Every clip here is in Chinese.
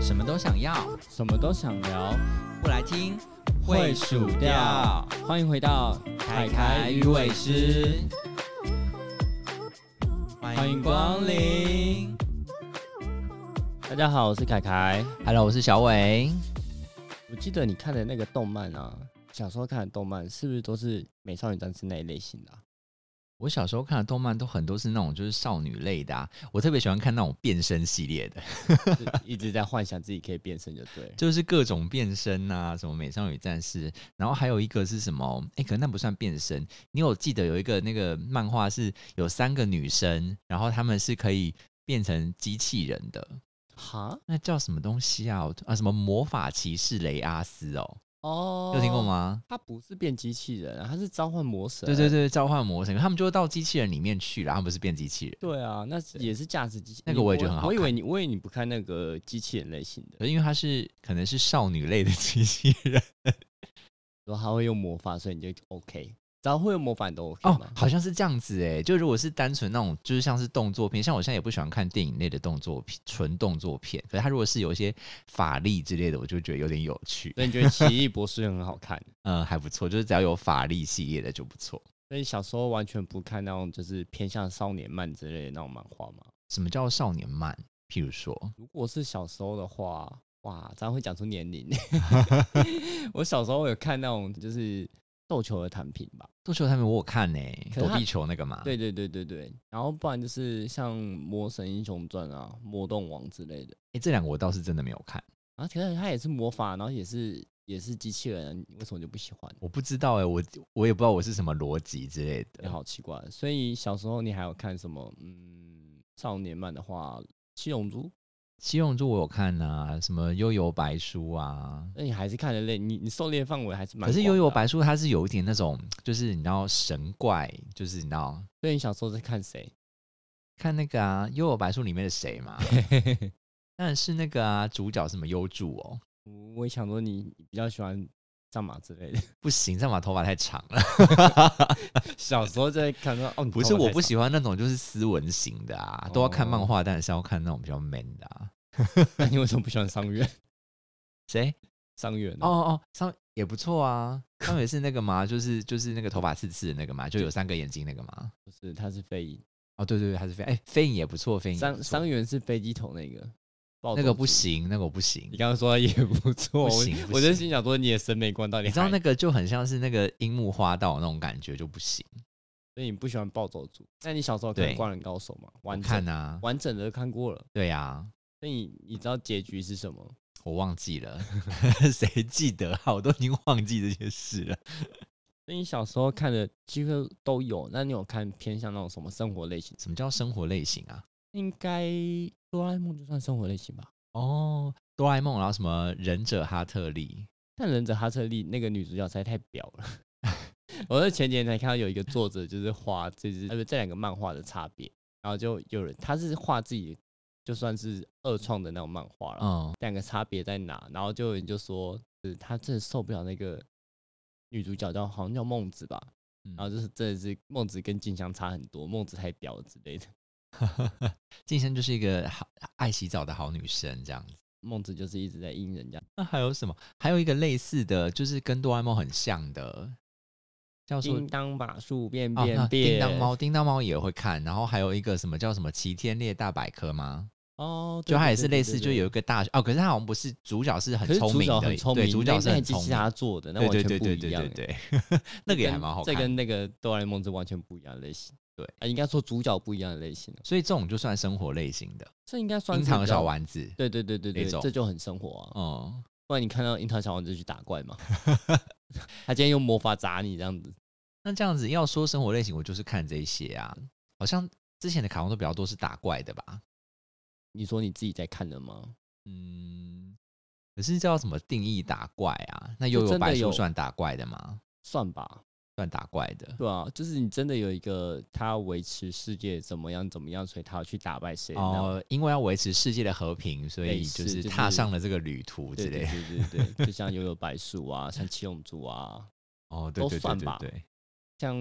什么都想要，什么都想聊，不来听会数掉。欢迎回到凯凯鱼尾狮，欢迎光临。大家好，我是凯凯。 Hello，我是小伟。我记得你看的那个动漫啊，小时候看的动漫是不是都是美少女战士那一类型的 啊、我小时候看的动漫都很多是那种就是少女类的、啊，我特别喜欢看那种变身系列的， 就一直在幻想自己可以变身就对了。就是各种变身啊，什么美少女战士，然后还有一个是什么？哎、可能那不算变身。你有记得有一个那个漫画是有三个女生，然后她们是可以变成机器人的，哈那叫什么东西啊？我啊，什么魔法骑士雷阿斯哦，哦，有听过？吗？它不是变机器人、啊，它是召唤魔神。对对对，召唤魔神，可他们就会到机器人里面去了，他们不是变机器人。对啊，那也是价值机器。那个你我也觉得很好我以为你，我以为你不看那个机器人类型的，可呃是因为他是可能是少女类的 机器人然后他会用魔法，所以你就 OK。只要会用魔法，你都 OK 哦吗？，好像是这样子哎。就如果是单纯那种，就是像是动作片，像我现在也不喜欢看电影类的动作片，纯动作片。可是他如果是有一些法力之类的，我就觉得有点有趣。所以你觉得《奇异博士》很好看？嗯，还不错，就是只要有法力系列的就不错。所以小时候完全不看那种就是偏向少年漫之类的那种漫画嘛。什么叫少年漫？譬如说，如果是小时候的话，哇，这样会讲出年龄。 我小时候有看那种就是斗球的弹屏吧，斗球他们我有看呢、可是躲它避球那个嘛。对对对对对，然后不然就是像《魔神英雄传》啊、《魔动王》之类的。诶这两个我倒是真的没有看，然后其实它也是魔法，然后也是也是机器人，你为什么就不喜欢？我不知道哎、我我也不知道我是什么逻辑之类也的。好奇怪。所以小时候你还有看什么？嗯，少年漫的话，《七龙珠》，七龙珠我有看啊，什么悠游白书啊，那你还是看的类，你你狩猎范围还是蛮。啊可是悠悠，白书它是有一点那种，就是你知道神怪，就是你知道所以你小时候在看谁？看那个啊悠悠白书里面的谁 嘛，但是那个啊主角什么优助哦，我我也想说你比较喜欢战马之 类的。不行，这把头发太长了。小时候在看到哦，你不是头发我太不长喜欢那种就是斯文型的啊，都要看漫画，当然是要看那种比较 man 的啊。 那你为什么不喜欢伤员？谁？伤员哦，哦，上也不错啊，上也是那个嘛，就是就是那个头发刺刺的那个嘛，就有三个眼睛那个嘛。不是，他是飞影，哦，对对对，还是飞哎，飞影也不错，飞影也不伤错伤员是飞机头那个，暴那走个不族。行，那个我不行你。刚刚说也不错，不我行不我就行心想说你的审美观到底你知道还那个就很像是那个樱木花道那种感觉就不行。所以你不喜欢暴走族。那你小时候看对《灌篮高手》吗？我完整看啊，完整的看过了，对啊，所以你你知道结局是什么？我忘记了， 谁记得啊？我都已经忘记这些事了。所以你小时候看的几乎都有。那你有看偏向那种什么生活类型？什么叫生活类型啊？应该哆啦 A 梦就算生活类型吧。哦，哆啦 A 梦，然后什么忍者哈特利，但忍者哈特利那个女主角实在太婊了。 我在前几天才看到有一个作者就是画这只呃不这两个漫画的差别，然后就有人他是画自己就算是二创的那种漫画了，嗯，两个差别在哪？然后就有人就说，就是他真的受不了那个女主角叫好像叫孟子吧，嗯然后就是真的是孟子跟静香差很多，孟子太婊了之类的，静香就是一个好爱洗澡的好女生这样子。孟子就是一直在阴人家。那还有什么？还有一个类似的，就是跟哆啦 A 梦很像的，叫做叮当马术变啊，那变叮变，当猫，叮当猫也会看，然后还有一个什么叫什么《齐天烈大百科》吗？哦，对就它对也是对对类对似，就对有一个大学哦，可是它好像不是主角是很可是聪主明角的，很聪对，明，主角那是那很机聪器明，他做的，那对完对全对不对一对样对欸。对，那个也还蛮好这看的。跟那个哆啦 A 梦是完全不一样的类型。对啊，应该说主角不一样的类型了，所以这种就算生活类型的，这应该算樱是桃比小较。丸子，对对对对对，那种这就很生活啊。嗯，不然你看到樱桃小丸子去打怪 嘛？他今天用魔法砸你这样子，那这样子要说生活类型，我就是看这些啊，好像之前的卡通都比较多是打怪的吧，你说你自己在看的吗？嗯，可是这要怎么定义打怪啊？那又就有真的白有书算打怪的吗？算吧，算打怪的，对啊，就是你真的有一个他维持世界怎么样怎么样，所以他要去打败谁？那种哦，因为要维持世界的和平，所类以似就是就是踏上了这个旅途之对类对的。对对对，就像悠悠白树啊，像七龙珠啊，哦，对都对对算对吧对，像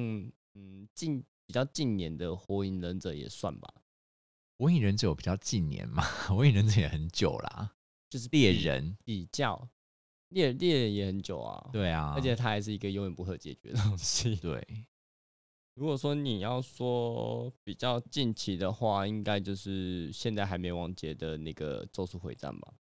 嗯近比较近年的《火影忍者》也算吧，火影忍者有比较近年嘛， 火影忍者也很久啦，就是猎比人，比较猎猎人也很久啊，对啊，而且它还是一个永远不可解决的 东西。对，如果说你要说比较近期的话，应该就是现在还没完结的那个《咒术回战》吧。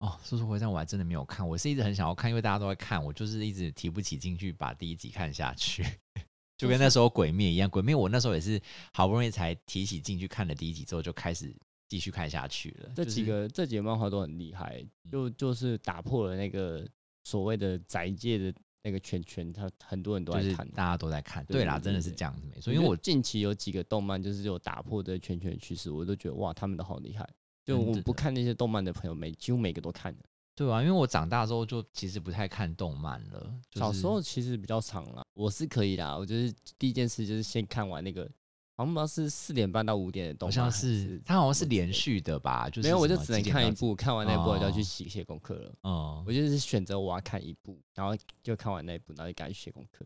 哦，《速速回战》我还真的没有看，我是一直很想要看，因为大家都在看，我就是一直提不起劲去把第一集看下去， 就跟那时候《鬼灭》一样，《鬼灭》我那时候也是好不容易才提起劲去看了第一集之后，就开始继续看下去了。这就几是嗯个这几个漫画都很厉害，就就是打破了那个所谓的宅界的那个圈圈，他很多人都在就是看。大家都在看，对对啦，对对真的是对这样子没错，所因以为我我近期有几个动漫就是有打破这圈圈趋势，我都觉得哇，他们的好厉害。就真我的不看那些动漫的朋友，每几乎每个都看了。对啊，因为我长大之后就其实不太看动漫了，就是、小时候其实比较长啦，我是可以啦。我就是第一件事就是先看完那个，好像不知道是四点半到五点的动好漫，像还是它好像是连续的吧，就是没有，我什就么只能几点看到一几，部，看完那部我就要去哦写写功课了。嗯我，就是选择我要看一部，然后就看完那一部，然后就赶紧写功课。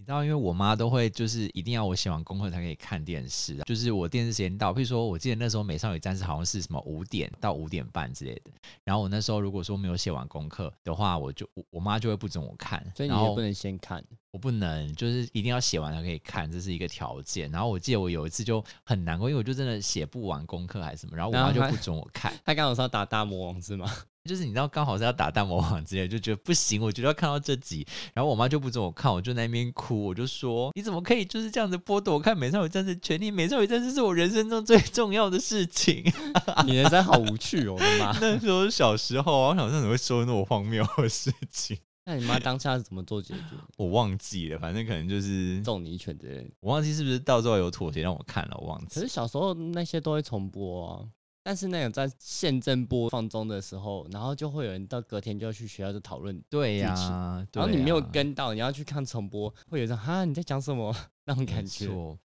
你知道，因为我妈都会就是一定要我写完功课才可以看电视啊，就是我电视时间到，譬如说我记得那时候《美少女战士》好像是什么五点到五点半之类的，然后我那时候如果说没有写完功课的话，我就我我妈就会不准我看，所以你然也后不能先看，我不能，就是一定要写完才可以看，这是一个条件。然后我记得我有一次就很难过，因为我就真的写不完功课还是什么，然后我然后妈就她不准我看，他刚好是要打大魔王是吗？就是你知道刚好是要打大魔王之类的，就觉得不行，我觉得要看到这集，然后我妈就不准我看，我就在那边哭，我就说你怎么可以就是这样子剥夺我看《美少女战士》权利？《美少女战士》是我人生中最重要的事情。 你人生好无趣哦，我的妈！那时候小时候啊，我想说怎么会说那么荒谬的事情， 那你妈当下是怎么做解决？我忘记了，反正可能就是揍你一拳之类的。我忘记是不是到时候有妥协让我看了，我忘可记。是小时候那些都会重播啊，但是那种在宪政播放中的时候，然后就会有人到隔天就要去学校就讨论，对呀、剧情对然后你没有呀跟到，你要去看重播，会有一种哈你在讲什么 那种感觉。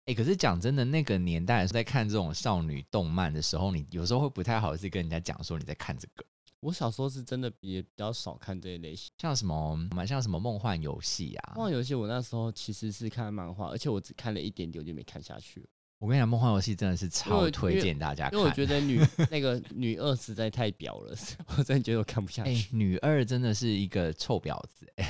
哎、欸可是讲真的，那个年代在看这种少女动漫的时候，你有时候会不太好意思跟人家讲说你在看这个，我小时候是真的也比较少看这一类型。像什么蛮像什么梦幻游戏啊。梦幻游戏我那时候其实是看漫画，而且我只看了一点点，我就没看下去了，我跟你讲，梦幻游戏真的是因超为推荐大家看，因为我觉得 女那个女二实在太婊了，我真的觉得我看不下哎、去。女二真的是一个臭婊子、欸，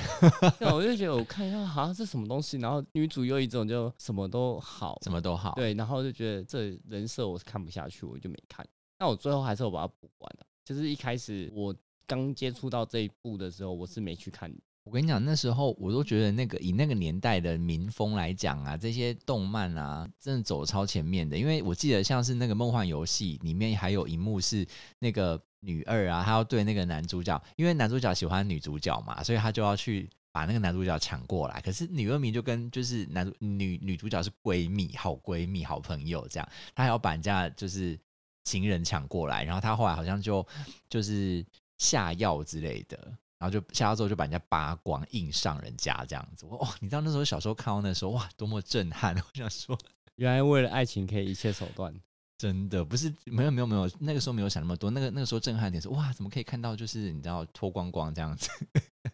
对，我就觉 得我看一下，好像是什么东西，然后女主又一种就什么都好，什么都好。，对，然后就觉得这人设我是看不下去，我就没看。但我最后还是有把它补完了、就是一开始我刚接触到这一部的时候，我是没去看的。我跟你讲，那时候我都觉得那个以那个年代的民风来讲啊，这些动漫啊，真的走超前面的。因为我记得像是那个梦幻游戏里面还有一幕是那个女二啊，她要对那个男主角，因为男主角喜欢女主角嘛，所以她就要去。把那个男主角抢过来，可是女二名就跟就是男主女女主角是闺蜜，好闺蜜，好朋友这样，她还要把人家就是情人抢过来，然后她后来好像就就是下药之类的，然后就下药之后就把人家扒光，硬上人家这样子。我哦，你知道那时候小时候看到那时候哇，多么震撼！啊 我想说，原来为了爱情可以一切手 段，真的不是没有没有没有，那个时候没有想那么多，那个那个时候震撼点是哇，怎么可以看到就是你知道脱光光这样子，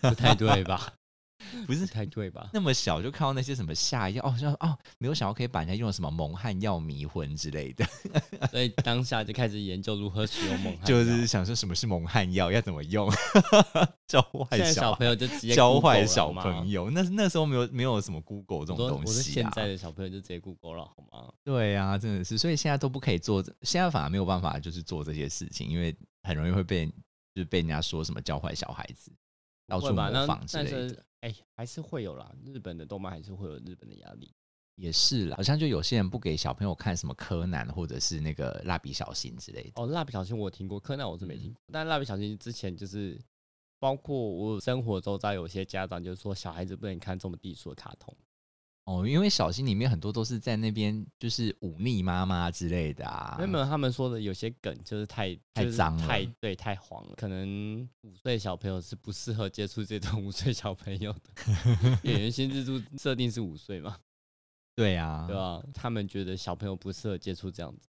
不太对吧？不 不是太对吧？那么小就看到那些什么下药哦，像哦没有想到可以把人家用什么蒙汗药迷昏之类的，所以当下就开始研究如何使用 猛汉药，就是想说什么是蒙汗药，要怎么用， 教坏现在小小孩朋友就直接教 Google 坏了小嘛朋友。那那时候没有没有什么 Google 这种我说东我说西现啊，在的小朋友就直接 Google 了，好吗？对啊，真的是，所以现在都不可以做这，现在反而没有办法就是做这些事情，因为很容易会被就是被人家说什么教坏小孩子，到不处会吧？模那仿之但类的，是哎、还是会有啦。日本的动漫还是会有日本的压力。也是啦。好像就有些人不给小朋友看什么柯南或者是那个蜡笔小新之类的。哦，蜡笔小新我听过，柯南我是没听过。嗯但蜡笔小新之前就是，包括我生活周遭有些家长就说，小孩子不能看这么低俗的卡通。哦，因为小新里面很多都是在那边就是忤逆妈妈之类的啊。原本他们说的有些梗就是太太就是脏了太对太黄了，可能五岁小朋友是不适合接触这种五岁小朋友的。 演员新制度设定是五岁嘛，对啊，对吧、他们觉得小朋友不适合接触这样子。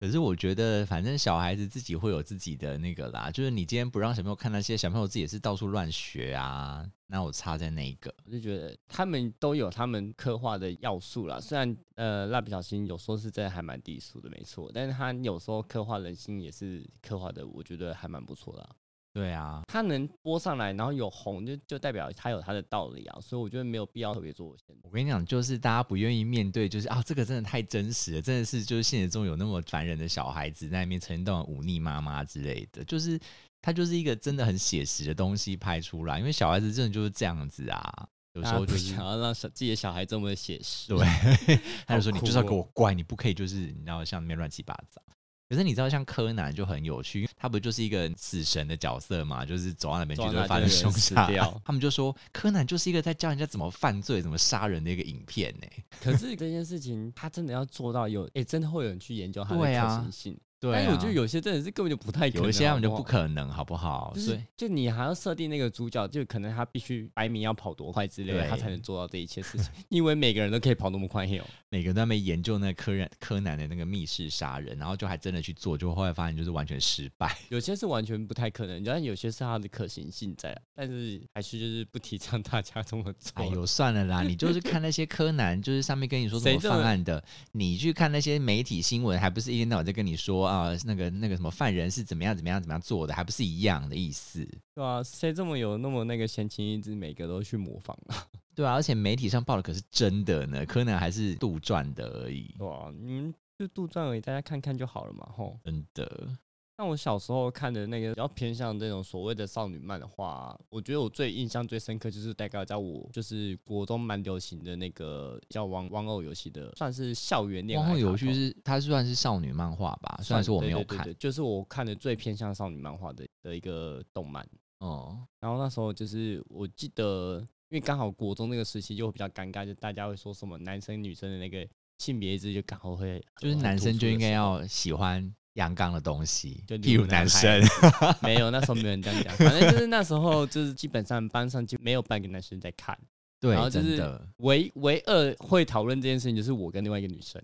可是我觉得，反正小孩子自己会有自己的那个啦，就是你今天不让小朋友看那些，小朋友自己也是到处乱学啊，那我差在那一个？我就觉得他们都有他们刻画的要素啦。虽然呃，蜡笔小新有时候是真的还蛮低俗的，没错，但是他有时候刻画人心也是刻画的，我觉得还蛮不错的啊、对啊，他能播上来，然后有红，就就代表他有他的道理啊。所以我觉得没有必要特别做现我跟你讲，就是大家不愿意面对，就是啊，这个真的太真实了，真的是就是现实中有那么烦人的小孩子在那边成段忤逆妈妈之类的，就是它就是一个真的很写实的东西拍出来，因为小孩子真的就是这样子啊，有时大家候就不是想要让小自己的小孩这么写实。对， 他就说你好酷就是要哦给我乖，你不可以就是你知道像那边乱七八糟。可是你知道像柯南就很有趣，他不就是一个死神的角色嘛，就是走到哪边去走到就会哪发就生有凶人死杀案掉。他们就说柯南就是一个在教人家怎么犯罪、怎么杀人的一个影片呢、 可是这件事情，他真的要做到有，哎、真的会有人去研究它的对啊可行性。对、但是我觉得有些真的是根本就不太可能，有一些他们就不好好。可能，好不好？就所是以，就你还要设定那个主角，就可能他必须百米要跑多快之类的，对他才能做到这一切事情。 你以为每个人都可以跑那么快有？每个人都在那边研究那个柯南柯南的那个密室杀人，然后就还真的去做，就后来发现就是完全失败。有些是完全不太可能，但有些是它的可行性在啊，但是还是就是不提倡大家这么做。哎呦，算了啦，你就是看那些柯南，就是上面跟你说什谁么这么犯案的，你去看那些媒体新闻，还不是一天到晚在跟你说啊，那个那个什么犯人是怎么样怎么样怎么样做的，还不是一样的意思？对啊，谁这么有那么那个闲情逸致，每个都去模仿啊？对啊，而且媒体上报的可是真的呢，柯南还是杜撰的而已，对啊，你们就杜撰而已，大家看看就好了嘛，吼。真的。那我小时候看的那个比较偏向这种所谓的少女漫的话，我觉得我最印象最深刻就是大概在我就是国中蛮流行的那个叫玩玩偶游戏的，算是校园恋爱汪卡后通。有趣是它算是少女漫画吧，虽然说我没有对对对看对就是我看的最偏向少女漫画的的一个动漫。哦，然后那时候就是我记得，因为刚好国中那个时期就会比较尴尬，就大家会说什么男生女生的那个性别意志就刚好会，就是男生就应该要喜欢阳刚的东西，就譬如男男孩生。 没有，那时候没有人这样讲，反正就是那时候就是基本上班上就没有半个男生在看，对然后，就真是的，唯唯二会讨论这件事情就是我跟另外一个女生，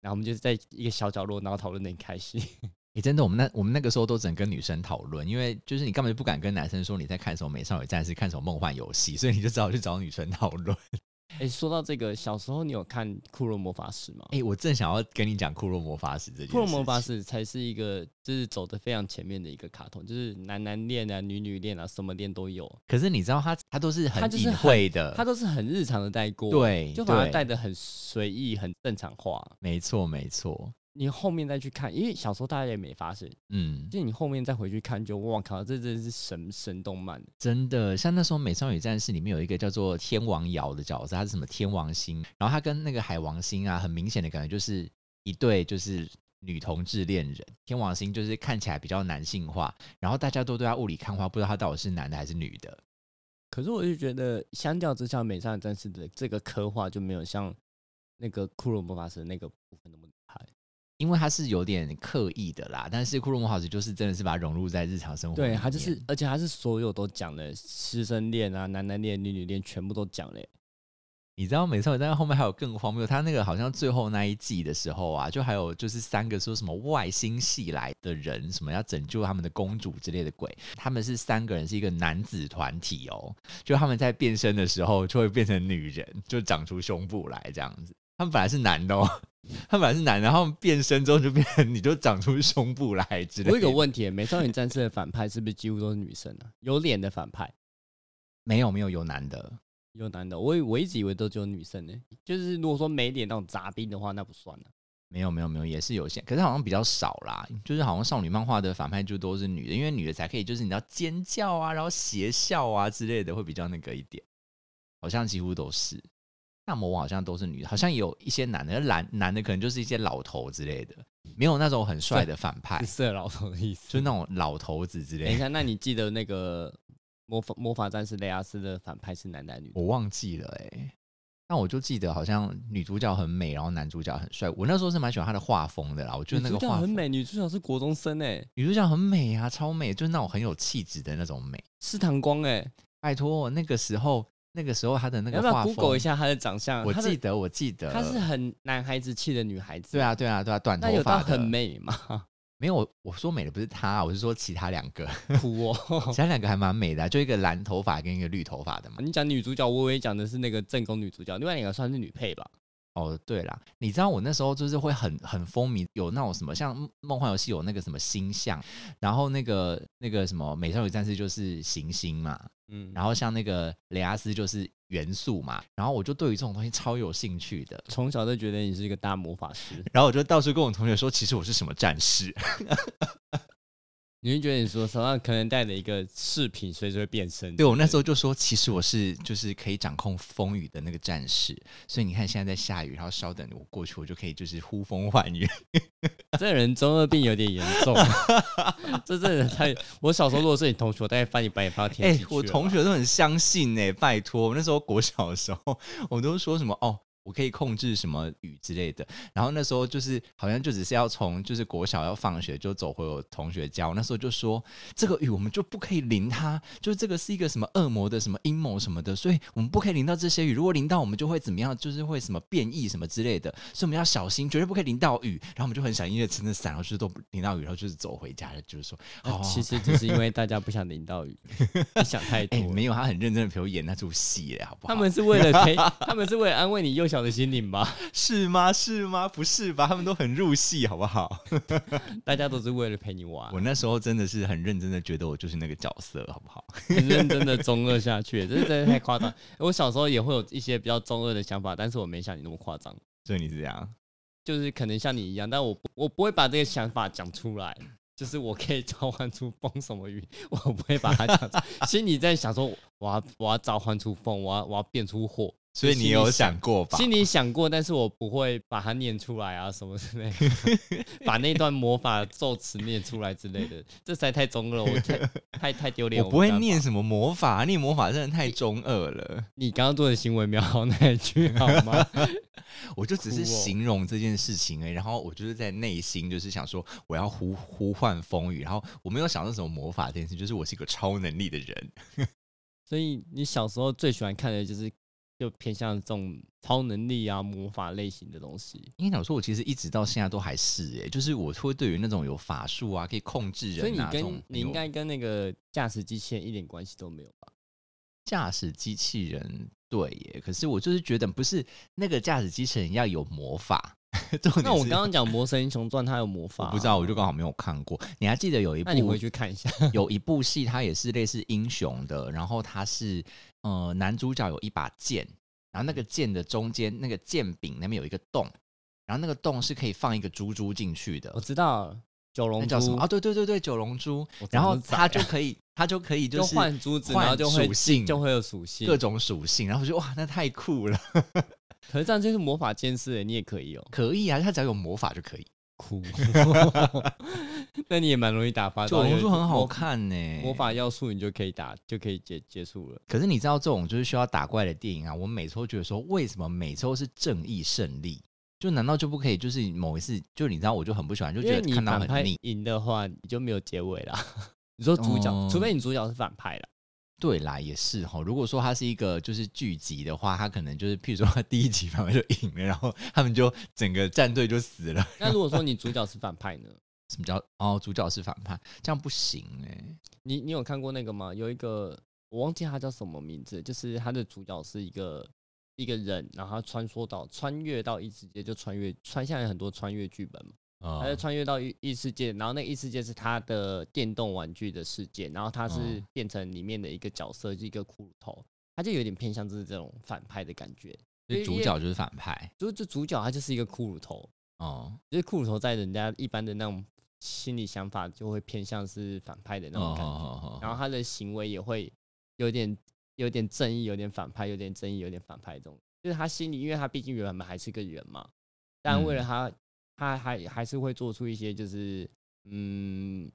然后我们就是在一个小角落，然后讨论的很开心。 诶，真的，我们那我们那个时候都只能跟女生讨论，因为就是你根本就不敢跟男生说你在看什么《美少女战士》、看什么《梦幻游戏》，所以你就只好去找女生讨论。哎、说到这个，小时候你有看《库洛魔法使》吗？诶，我正想要跟你讲《骷髅魔法使》这件事《情。库洛魔法使》才是一个就是走的非常前面的一个卡通，就是男男恋啊、女女恋啊，什么恋都有，可是你知道它，它都是它很就是隐很晦的，它都是很日常的带过，，呃对，就把它对带的很随意、很正常化。没错，没错，你后面再去看，因为小时候大家也没发现，嗯，就你后面再回去看就，哇靠，这真是神神动漫。真的，像那时候《美少女战士》里面有一个叫做天王瑶的角色，他是什么天王星，然后他跟那个海王星啊，很明显的感觉就是一对就是女同志恋人。天王星就是看起来比较男性化，然后大家都对他雾里看花，不知道他到底是男的还是女的。可是我就觉得，相较之下，《美少女战士》的这个刻画就没有像那个《库洛魔法使》那个部分那么厉害。因为他是有点刻意的啦，但是《骷髅魔法使》就是真的是把它融入在日常生活里对，面。他就是，而且他是所有都讲的，师生恋啊、男男恋、女女恋，全部都讲嘞。你知道美少女战士后面还有更荒谬，他那个好像最后那一季的时候啊，就还有就是三个说什么外星系来的人，什么要拯救他们的公主之类的鬼，他们是三个人是一个男子团体哦，就他们在变身的时候就会变成女人，就长出胸部来这样子。他们本来是男的哦，他们本来是男的，然后他们变身之后就变成你就长出胸部来之类我有的。个问题，《美少女战士》的反派是不是几乎都是女生啊？有脸的反派没有没有有男的，有男的，我以我一直以为都只有女生呢、就是如果说没脸那种杂兵的话，那不算了、没有没有没有，也是有些，可是好像比较少啦。就是好像少女漫画的反派就都是女的，因为女的才可以，就是你知道尖叫啊，然后邪笑啊之类的，会比较那个一点。好像几乎都是，大魔王好像都是女的，好像也有一些男的，男男的可能就是一些老头之类的，没有那种很帅的反派是，色老头的意思。就那种老头子之等一类的。哎下，那你记得那个魔法魔法战士雷阿斯的反派是男男女？我忘记了哎、欸，但我就记得好像女主角很美，然后男主角很帅。我那时候是蛮喜欢他的画风的啦，我觉得那女个主角画很风美，女主角是国中生哎、女主角很美啊，超美，就是那种很有气质的那种美。是唐光哎、拜托，那个时候那个时候他的那要个不要画风 Google 一下她的长相？我她的记得，我记得，她是很男孩子气的女孩子，对啊，对啊，对啊，短那头有到发的很 美吗？没有，我我说美的不是她，我是说其他两个，哭哦！ 嗯其他两个还蛮美的啊、就一个蓝头发跟一个绿头发的嘛。你讲女主角，我以为讲的是那个正宫女主角，另外两个算是女配吧。哦，对啦，你知道我那时候就是会很很风靡，有那种什么像梦梦幻游戏有那个什么星象，然后那个那个什么美少女战士就是行星嘛，嗯，然后像那个雷阿斯就是元素嘛，然后我就对于这种东西超有兴趣的，从小就觉得你是一个大魔法师，然后我就到处跟我同学说，其实我是什么战士， 你会觉得你说手上可能带着一个饰品，随时会变身。对我那时候候就说，其实我是就是可以掌控风雨的那个战士，所以你看现在在下雨，然后稍等我过去，我就可以就是呼风唤雨。这人中二病有点严重，啊 这真的太……我小时候如果是你同学，我大概翻你白眼翻到天哎、际去了吧。我同学都很相信哎、拜托，我那时候国小的时候，我都说什么哦。我可以控制什么雨之类的，然后那时候就是好像就只是要从就是国小要放学就走回我同学家，我那时候就说这个雨我们就不可以淋它，就是这个是一个什么恶魔的什么阴谋什么的，所以我们不可以淋到这些雨，如果淋到我们就会怎么样，就是会什么变异什么之类的，所以我们要小心，绝对不可以淋到雨。然后我们就很小心的撑着伞，然后就是都淋到雨，然后就是走回家，就是说哦，其实只是因为大家不想淋到雨，你想太多哎、了。没有，他很认真的陪我演那出戏嘞，好不好？他们是为了陪，他们是为了安慰你幼小的心灵吧？是吗？是吗？不是吧？他们都很入戏，好不好？大家都是为了陪你玩我，那时候真的是很认真的觉得我就是那个角色，好不好？很认真的中二下去，这真的太夸张。我小时候也会有一些比较中二的想法，但是我没像你那么夸张，所以你是这样，就是可能像你一样，但我不我不会把这个想法讲出来。就是我可以召唤出风什么雨，我不会把它讲出来。心里在想说，我要我要召唤出风，我要我要变出火，所以你有想过吧？心里想过，但是我不会把它念出来啊，什么之类的，把那段魔法咒词念出来之类的，这实在太中二了，我太太太丢脸。我不会没办法念什么魔法，念魔法真的太中二了。你刚刚做的行为描好那一句好吗？我就只是哭哦形容这件事情而已，然后我就是在内心就是想说，我要呼呼唤风雨，然后我没有想到什么魔法这件事，就是我是一个超能力的人。所以你小时候最喜欢看的就是就偏向这种超能力啊、魔法类型的东西。因为想说，我其实一直到现在都还是哎、就是我会对于那种有法术啊，可以控制人、啊，所以你这种跟你很有应该跟那个驾驶机器人一点关系都没有吧？驾驶机器人对耶，可是我就是觉得不是那个驾驶机器人要有魔法。 重点那我是刚刚讲《魔神英雄传》，它有魔法我啊、不知道，我就刚好没有看过。你还记得有一部那你回去看 一下。有一部戏，它也是类似英雄的，然后它是呃男主角有一把剑，然后那个剑的中间那个剑柄那边有一个洞，然后那个洞是可以放一个珠珠进去的我。知道了哦九龙那珠叫什么？啊？对对对对，九龙珠。我怎然么后那么它窄就啊可以，它就可以 就是换珠子，换然后就会属性就会有属性。各种属性，然后我就哇，那太酷了。可是这样就是魔法剑士，你也可以哦。可以啊，它只要有魔法就可以。哭， 那你也蛮容易打发到。九龙珠啊有很好魔，看呢、欸魔法要素你就可以打，就可以结结束了。可是你知道这种就是需要打怪的电影啊，我每次都觉得说，为什么每次都是正义胜利？就难道就不可以？就是某一次，就你知道，我就很不喜欢，就因觉为得你看到反派很腻。赢的话，你就没有结尾啦。 你说主角，哦除非你主角是反派啦，对啦，也是哈。如果说它是一个就是剧集的话，它可能就是譬如说它第一集反派就赢了，然后他们就整个战队就死 了。那如果说你主角是反派呢？什么叫哦？主角是反派，这样不行哎、你你有看过那个吗？有一个我忘记他叫什么名字，就是他的主角是一个一个人，然后他穿梭到穿越到异世界，就穿越穿下来很多穿越剧本嘛，他就哦，穿越到异异世界，然后那异世界是他的电动玩具的世界，然后他是嗯变成里面的一个角色，是一个骷髅头，他就有点偏向就是这种反派的感觉，就主角就是反派就就主角他就是一个骷髅头，哦。就是骷髅头在人家一般的那种心理想法就会偏向是反派的那种感觉。哦然后他的行为也会有点有点正义，有点反派，有点正义，有点反派这种。就是他心里，因为他毕竟原本还是个人嘛，但为了嗯他，他还还是会做出一些就是嗯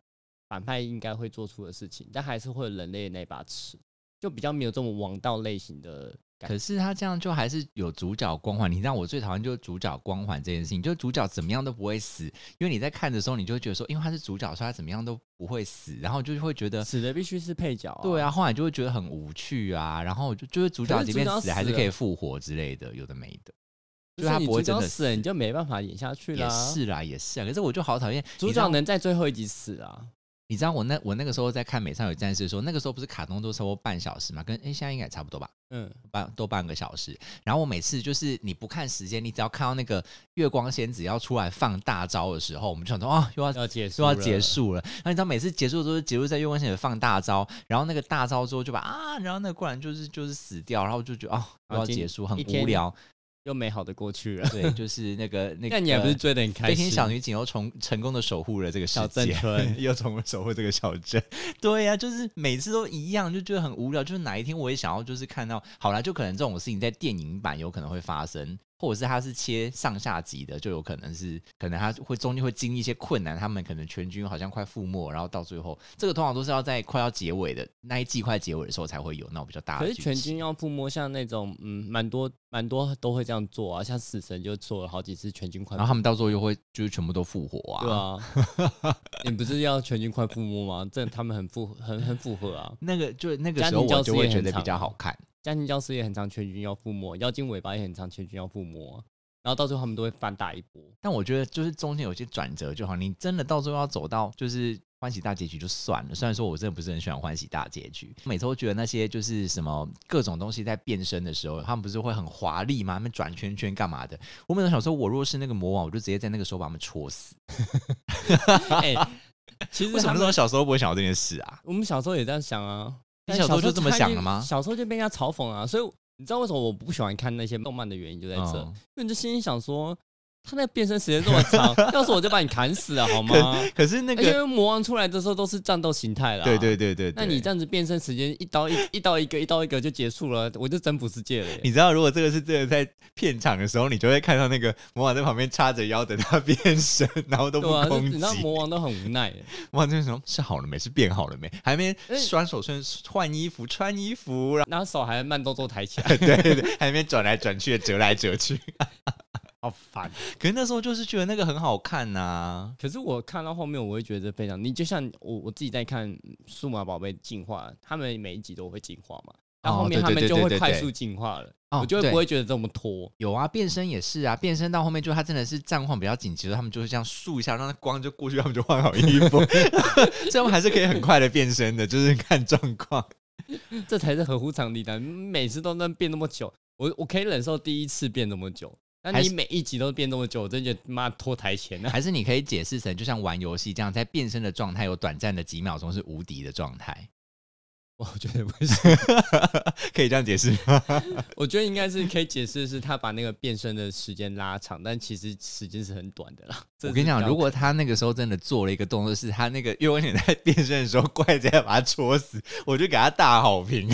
反派应该会做出的事情，但还是会有人类的那把尺，就比较没有这种王道类型的感可是他这样就还是有主角光环，你让我最讨厌就是主角光环这件事情，就是主角怎么样都不会死，因为你在看的时候，你就会觉得说，因为他是主角，所以他怎么样都不会死，然后就会觉得，死的必须是配角、对，啊，后来就会觉得很无趣啊，然后就就是主可角是即主便角死还是死可以了复活之类的，有的没的，就就是他你不会主角真的死了，你就没办法演下去也啦。是啦，也是啊，可是我就好讨厌主你知道角能在最后一集死啊，你知道我那我那个时候在看《美少女战士》的时候，那个时候不是卡通都超过半小时嘛，跟哎、现在应该也差不多吧， 嗯，半都半个小时。然后我每次就是你不看时间，你只要看到那个月光仙子要出来放大招的时候，我们就想说哦，又要要结束，又要结。束了。然后你知道每次结束都是结束在月光仙子放大招，然后那个大招之后就把啊，然后那个过然就是就是死掉，然后就觉得哦又然要后今结束，很一无天聊。又美好的过去了。啊对，就是那个 那个。但你还不是追得很开飞心？天小女警又成成功的守护了这个世小镇界， 村又成功守护这个小镇。 对呀、就是每次都一样，就觉得很无聊。就是哪一天我也想要，就是看到好啦，就可能这种事情在电影版有可能会发生，或者是它是切上下集的，就有可能是可能它会中间会经历一些困难，他们可能全军好像快覆没，然后到最后这个通常都是要在快要结尾的那一季快结尾的时候才会有那种比较大的可剧是情。全军要覆没，像那种嗯，蛮多蛮多都会这样做啊，像死神就做了好几次全军快然后覆，他们到时候又会就是全部都复活啊，对啊，你不是要全军快覆没吗？这他们很符很很符合啊。那个就是那个家时庭候我教师就会也觉很得比长啊较好看。家庭教师也很常全军要覆没，妖精尾巴也很常全军要覆没啊，然后到最后他们都会翻大一 波。但我觉得就是中间有些转折就好，你真的到最后要走到就是欢喜大结局就算了。虽然说我真的不是很喜欢欢喜大结局，每次都觉得那些就是什么各种东西在变身的时候，他们不是会很华丽吗？他们转圈圈干嘛的？我每次都想说，我若是那个魔王，我就直接在那个时候把他们戳死。哎、其实为什么那他们时候小时候不会想到这件事啊？我们小时候也这样想啊，你但小时候就这么看想见的吗小时候就被人家嘲讽啊，所以你知道为什么我不喜欢看那些动漫的原因就在这，嗯因为你就心里想说，他那变身时间这么 长，要是我就把你砍死了好吗？可是 那因个，为魔王出来的时候都是战斗形态啦，对对对对对，那你这样子变身时间一刀一 一刀一个一刀一个就结束了，我就征服世 界了耶、你知道，如果这个是真的在片场的时候，你就会看到那个魔王在旁边插着腰等他变身，然后都不对啊，就攻你击。知道魔王都很 无奈耶、哇，这是什么是好了没？是变好了没？还没哎双手顺换衣服、穿衣服，然然后手还慢动作抬起来，后 对 对对，还没转来转去、折来折去。好烦。可是那时候就是觉得那个很好看呐、可是我看到后面，我会觉得非常，你就像我我自己在看《数码宝贝》进化，他们每一集都会进化嘛，到后面哦对他们对就对会对快对速进化了，哦我就会对不会觉得这么拖。有啊，变身也是啊，变身到后面就他真的是战况比较紧急的时候，他们就是这样竖一下，让那光就过去，他们就换好衣服， 这样还是可以很快的变身的，就是看状况。这才是合乎常理的。每次都能变那么久，我我可以忍受第一次变那么久，那还你是每一集都变那么久，我真觉得妈拖台前啊 了、还是你可以解释成，就像玩游戏这样，在变身的状态有短暂的几秒钟是无敌的状态，我觉得不是，可以这样解释吗？我觉得应该是可以解释的是他把那个变身的时间拉长，但其实时间是很短的啦。这我是跟你讲，比较如果他那个时候真的做了一个动作，是他那个因为我想在变身的时候怪直接把他戳死，我就给他大好评，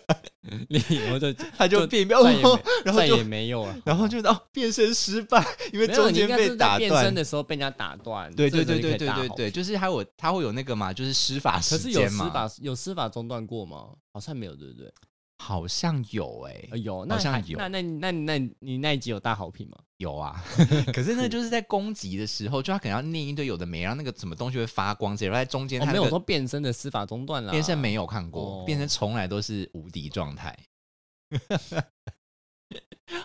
你我就他就就变一变，再也哦没、 然后再就也没有了，然后就哦变身失败，因为没 有，中你应间该被是在打变身断。的时候被人家打断，对对这时候对就对可以对大对吼对，就是还有他会有那个嘛，就是施法可时是有间司嘛，法有司法中断过吗？好像没有，对不对？好像有哎、呃有，那好像还有那那那那你你那一集有大好评吗？有 啊，可是那就是在攻击的时候，就他可能要念一堆有的没，然后那个什么东西会发光之类的，然后在中间我他哦没那有个说变身的司法中断了，变身没有看过，哦变身从来都是无敌状态。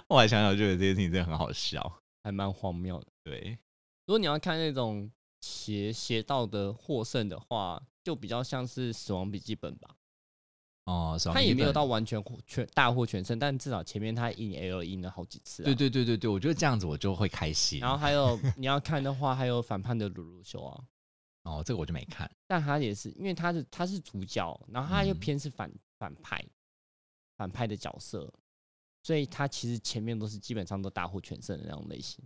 后来想想，就觉得这件事情真的很好笑。还蛮荒谬的。对，如果你要看那种邪邪道的获胜的话，就比较像是《死亡笔记本》吧，哦，它也没有到。完全获全大获全胜，但至少前面它赢 L 赢了好几次、啊。对。对对对对，我觉得这样子我就会开心。然后还有你要看的话，还有反叛的鲁鲁修啊，哦，这个我就没看。但他也是因为他是他是主角，然后他又嗯偏是反、反派，反派的角色，所以他其实前面都是基本上都大获全胜的那种类型。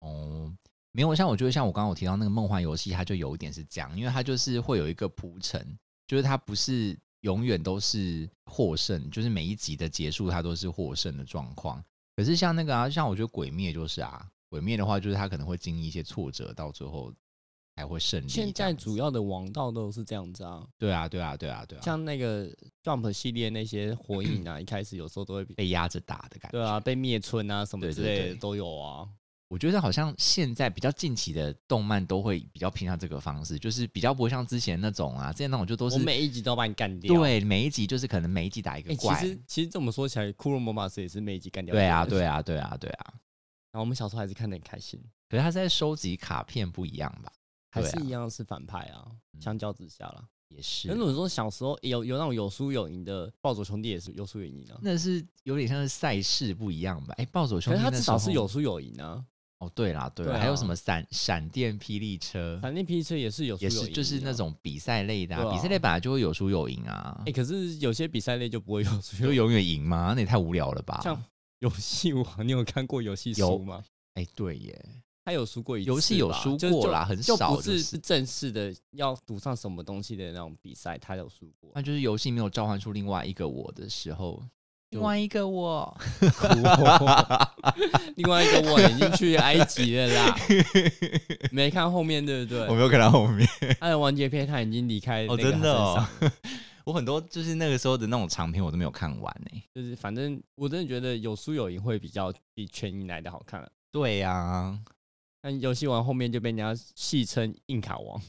哦，没有，像我觉得像我刚刚有提到那个梦幻游戏，它就有一点是这样，因为它就是会有一个铺陈，就是它不是永远都是获胜，就是每一集的结束它都是获胜的状况。可是像那个啊，像我觉得鬼灭就是啊，鬼灭的话就是它可能会经历一些挫折，到最后才会胜利这样现子。在主要的王道都是这样子啊，对啊，对啊，对啊，对啊，像那个 Jump 系列那些火影啊，一开始有时候都会比被压着打的感觉。对啊，被灭村啊什么对之对类对的都有啊。我觉得好像现在比较近期的动漫都会比较偏向这个方式，就是比较不会像之前那种啊，之前那种就都我是每一集都要把你干掉。对每一集就是可能每一集打一个哎，其怪。实其实这么说起来，骷髅魔法师也是每一集干掉。对啊，对。啊，对啊，对啊。然后我们小时候还是看得很开心，可是他是在收集卡片不一样吧？还对是啊嗯一样是反派啊。相较之下啦，也可是是，我说小时候有有那种有输有赢的，暴走兄弟也是有输有赢啊。那是有点像是赛事不一样吧？哎，暴走兄可弟是他那至时少是候有输有赢啊。哦，对啦，对啦，对啊还有什么闪闪电霹雳车，闪电霹雳车也是有输也有赢啊，是就是那种比赛类的、啊，对啊比赛类本来就会有输有赢啊哎，，可是有些比赛类就不会有输有就赢。永远赢吗？那也太无聊了吧？像游戏王，你有看过游戏有书吗？哎、对耶，他有输过一次吧，游戏有输就是过啦，很就少不就是是。正式的要赌上什么东西的那种比赛，他有输 过那。就是游戏没有召唤出另外一个我的时候，就另外一个我，另外一个我已经去埃及了 啦，没看后面对不我对？没有看到后面。他的完结篇他已经离开哦，那个真的他身哦上， 我很多就是那个时候的那种长片我都没有看完欸 呢、就是反正我真的觉得有输有赢会比较比全赢来的好看了。啊对呀、但游戏王后面就被人家戏称硬 卡王，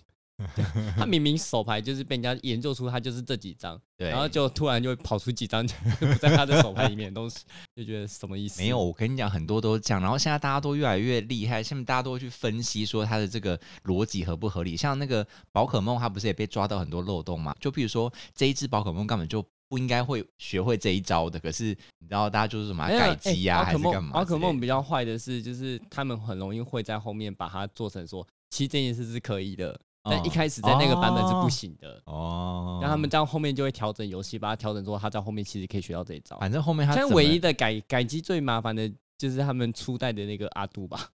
他明明手牌就是被人家研究出他就是这几张，对，然后就突然就会 跑出几张不在他的手牌里面的东西，就觉得什么意思？没有，我跟你讲，很多都是这样。然后现在大家都越来越厉害，现在大家都会去分析说它的这个逻辑合不合理。像那个宝可梦，它不是也被抓到很多漏洞嘛？就比如说这一只宝可梦根本就不应该会学会这一招的，可是你知道大家就是什么没有改机呀、哎还是宝可梦干嘛之类的？宝可梦比较坏的是，就是他们很容易会在后面把它做成说，其实这件事是可以的，但一嗯开始在那个版本是不行的。哦，那他们这样后面就会调整游戏，把它调整之后，他在后面其实可以学到这一招。反正后面它现在怎么唯一的改改机最麻烦的就是他们初代的那个阿杜吧，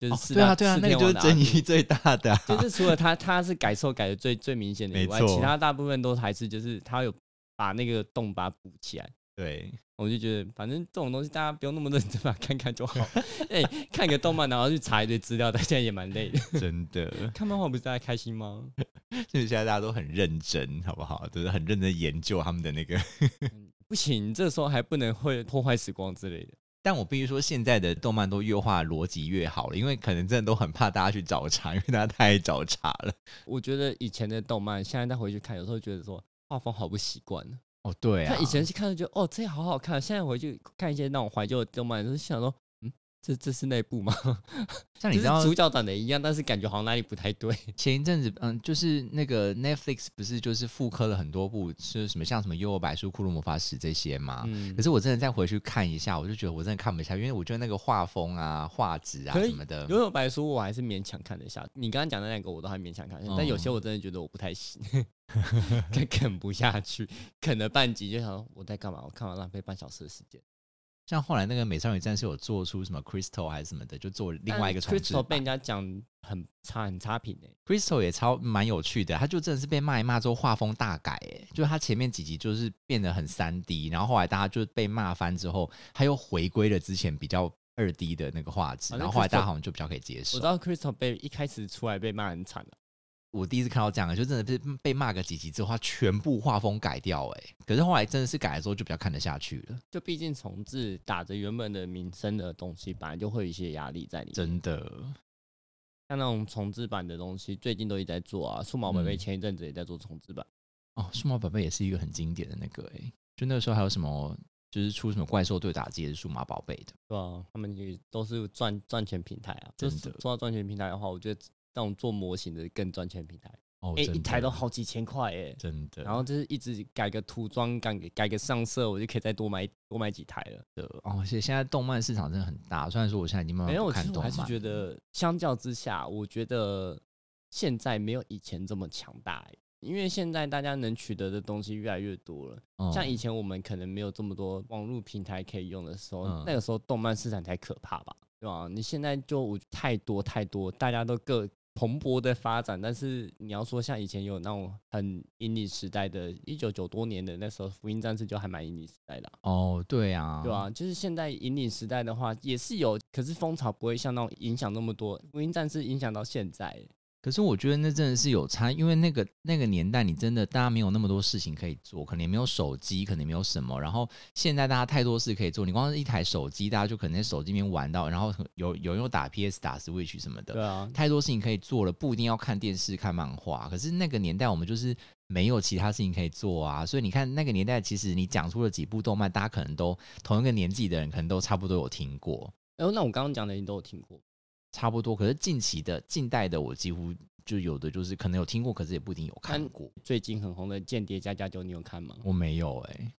就是哦四对大、啊对啊，四那个天就是王的阿争杜议最大的啊、就是除了他，他是改错改的最最明显的以外，没错其他大部分都还是就是他有把那个洞把它补起来。对，我就觉得，反正这种东西大家不用那么认真吧，看看就好。 哎、看个动漫，然后去查一堆资料，大家也蛮累的。真的，看漫画不是大家开心吗？ 就是现在大家都很认真，好不好？就是很认真研究他们的那个 不行，这时候还不能会破坏时光之类的。但我必须说，现在的动漫都越画逻辑越好了，因为可能真的都很怕大家去找茬，因为大家太爱找茬了。我觉得以前的动漫，现在再回去看，有时候觉得说画风好不习惯。啊哦，对像以前去看就觉得哦，这好好看，现在回去看一些那种怀旧的动漫，就是想说，嗯，这这是那部吗？ 像你知就是道主角长得一样，但是感觉好像哪里不太 对。前一阵子，嗯，就是那个 Netflix 不是就是复刻了很多部，是什么像什么《幽游白书》《骷髅魔法使》这些嘛？嗯可是我真的再回去看一下，我就觉得我真的看不下去，因为我觉得那个画风啊、画质啊可以什么的，游泳白书我还是勉强看得下，你刚刚讲的两个我都还勉强看得下，但有些我真的觉得我不太 行，啃 啃不下去，啃了半集就想说我在干嘛？我看完浪费半小时的时间。像后来那个《美少女战士》有做出什么 Crystal 还是什么的，就做另外一个重但置呃嗯 Crystal 被版人。家讲很差很差评诶、欸 Crystal 也超蛮有趣的，他就真的是被骂一骂之后画风大改，哎，就是他前面几集就是变得很三 D，然后后来大家就被骂翻之后，他又回归了之前比较二 D 的那个画质，反然正后后来 Crystal- 大家好像就比较可以接受。我知我道 Crystal 被一开始出来被骂很惨的、第一次看到这样的，就真的被被骂个几集之后，他全部画风改掉，哎，可是后来真的是改了之后就比较看得下去了，就毕竟重置打着原本的名声的东西，本来就会有一些压力在里面。真的。像那种重置版的东西，最近都一直在做啊，数码宝贝嗯前一阵子也在做重置版。哦，数码宝贝也是一个很经典的那个，哎，就那个时候还有什么，就是出什么怪兽对打机也是数码宝贝的。对啊，他们也都是赚赚钱平台啊。就真是的说到赚钱平台的话，我觉得那种做模型的更赚钱平台，哦，哎、真一的台都好几千块哎、真的，然后就是一直改个涂装，改个改个上色，我就可以再多买多买几台了。的哦，现现在动漫市场真的很大，虽然说我现在已经慢慢没有，不我其看实动我漫，还是觉得，相较之下，我觉得现在没有以前这么强大、欸，因为现在大家能取得的东西越来越多了。嗯像以前我们可能没有这么多网络平台可以用的时候，嗯那个时候动漫市场才可怕吧，对吧？你现在就我太多太多，大家都各蓬勃的发展，但是你要说像以前有那种很引领时代的，一九九多年的那时候，福音战士就还蛮引领时代的啊、哦，对啊，对吧、，就是现在引领时代的话，也是有，可是风潮不会像那种影响那么多，福音战士影响到现在，可是我觉得那真的是有差，因为那个那个年代，你真的大家没有那么多事情可以做，可能也没有手机，可能也没有什么。然后现在大家太多事可以做，你光是一台手机，大家就可能在手机里面玩到，然后有有人又打 PS、打 Switch 什么的对，啊，太多事情可以做了，不一定要看电视、看漫画。可是那个年代，我们就是没有其他事情可以做啊，所以你看那个年代，其实你讲出了几部动漫，大家可能都同一个年纪的人，可能都差不多有听过，哎、那我刚刚讲的你都有听过，差不多。可是近期的、近代的，我几乎就有的就是可能有听过，可是也不一定有看看过。最近很红的《间谍加加酒》，你有看吗？我没有哎、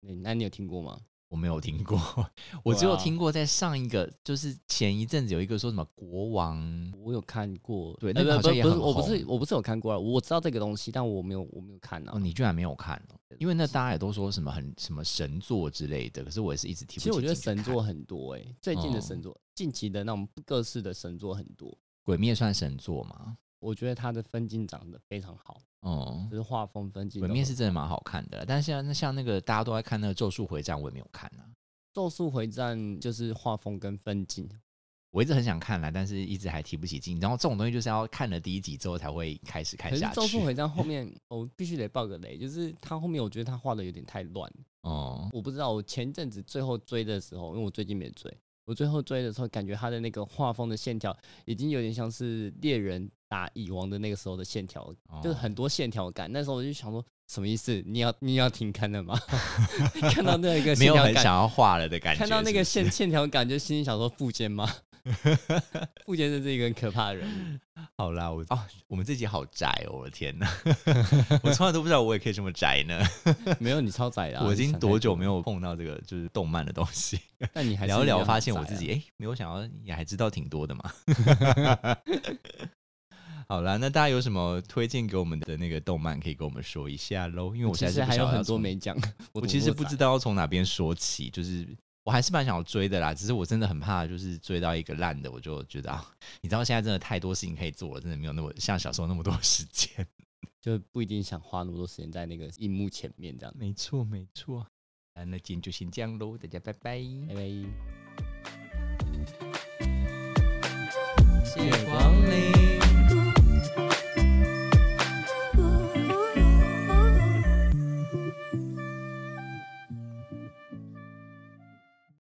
那那你有听过吗？我没有听过， 我只有听过在上一个，就是前一阵子有一个说什么国王，我有看过，对呃那个好不像不也不是，很我不是红我不是有看过啊，我知道这个东西，但我没有我没有看啊。哦，你居然没有看哦？因为那大家也都说什么很什么神作之类的，可是我也是一直提不其起实我觉得劲去神看作很多哎、最近的哦神作，近期的那种各式的神作很多，鬼灭算神作吗？我觉得它的分镜长得非常好，哦、就是画风分镜都鬼很好。灭是真的蛮好看的啦，但是像那像那个大家都在看那个《咒术回战》，我也没有看啊。咒术回战，就是画风跟分镜，我一直很想看啦，但是一直还提不起劲。然后这种东西就是要看了第一集之后才会开始看可是下咒术去。回战后面，我必须得爆个雷，就是他后面我觉得他画的有点太乱，哦，我不知道我前阵子最后追的时候，因为我最近没追，我最后追的时候感觉他的那个画风的线条已经有点像是猎人打蚁王的那个时候的线条，哦就是很多线条感。那时候我就想说，什么意思？你要你要停刊了吗？ 看到那个 没线有条很感，想要画了的感觉。看到那是个不是 线线条感，就心里想说富坚吗？富坚真是一个很可怕的人物。好啦，我哦，我们这集好宅哦，我的天哪！ 我从来都不知道我也可以这么宅 呢。没有你超载的、啊，我已经想太多久多没有碰到这个就是动漫的东西？了？但你还是聊一一聊，样发很现我宅自啊己哎、诶没有想到也还知道挺多的嘛。 好啦，那大家有什么推荐给我们的那个动漫，可以跟我们说一下喽？因为我其现实在还有很多没，没讲， 我其实不知道。道要从哪边说起，就是我还是蛮想要追的啦，只是我真的很怕，就是追到一个烂的，我就觉得啊，你知道现在真的太多事情可以做了，真的没有那么像小时候那么多 时间。就不一定想花那么多时间在那个荧幕前面这样。没错，没错。那那今天就先这样喽，大家拜拜。拜拜。谢谢光临。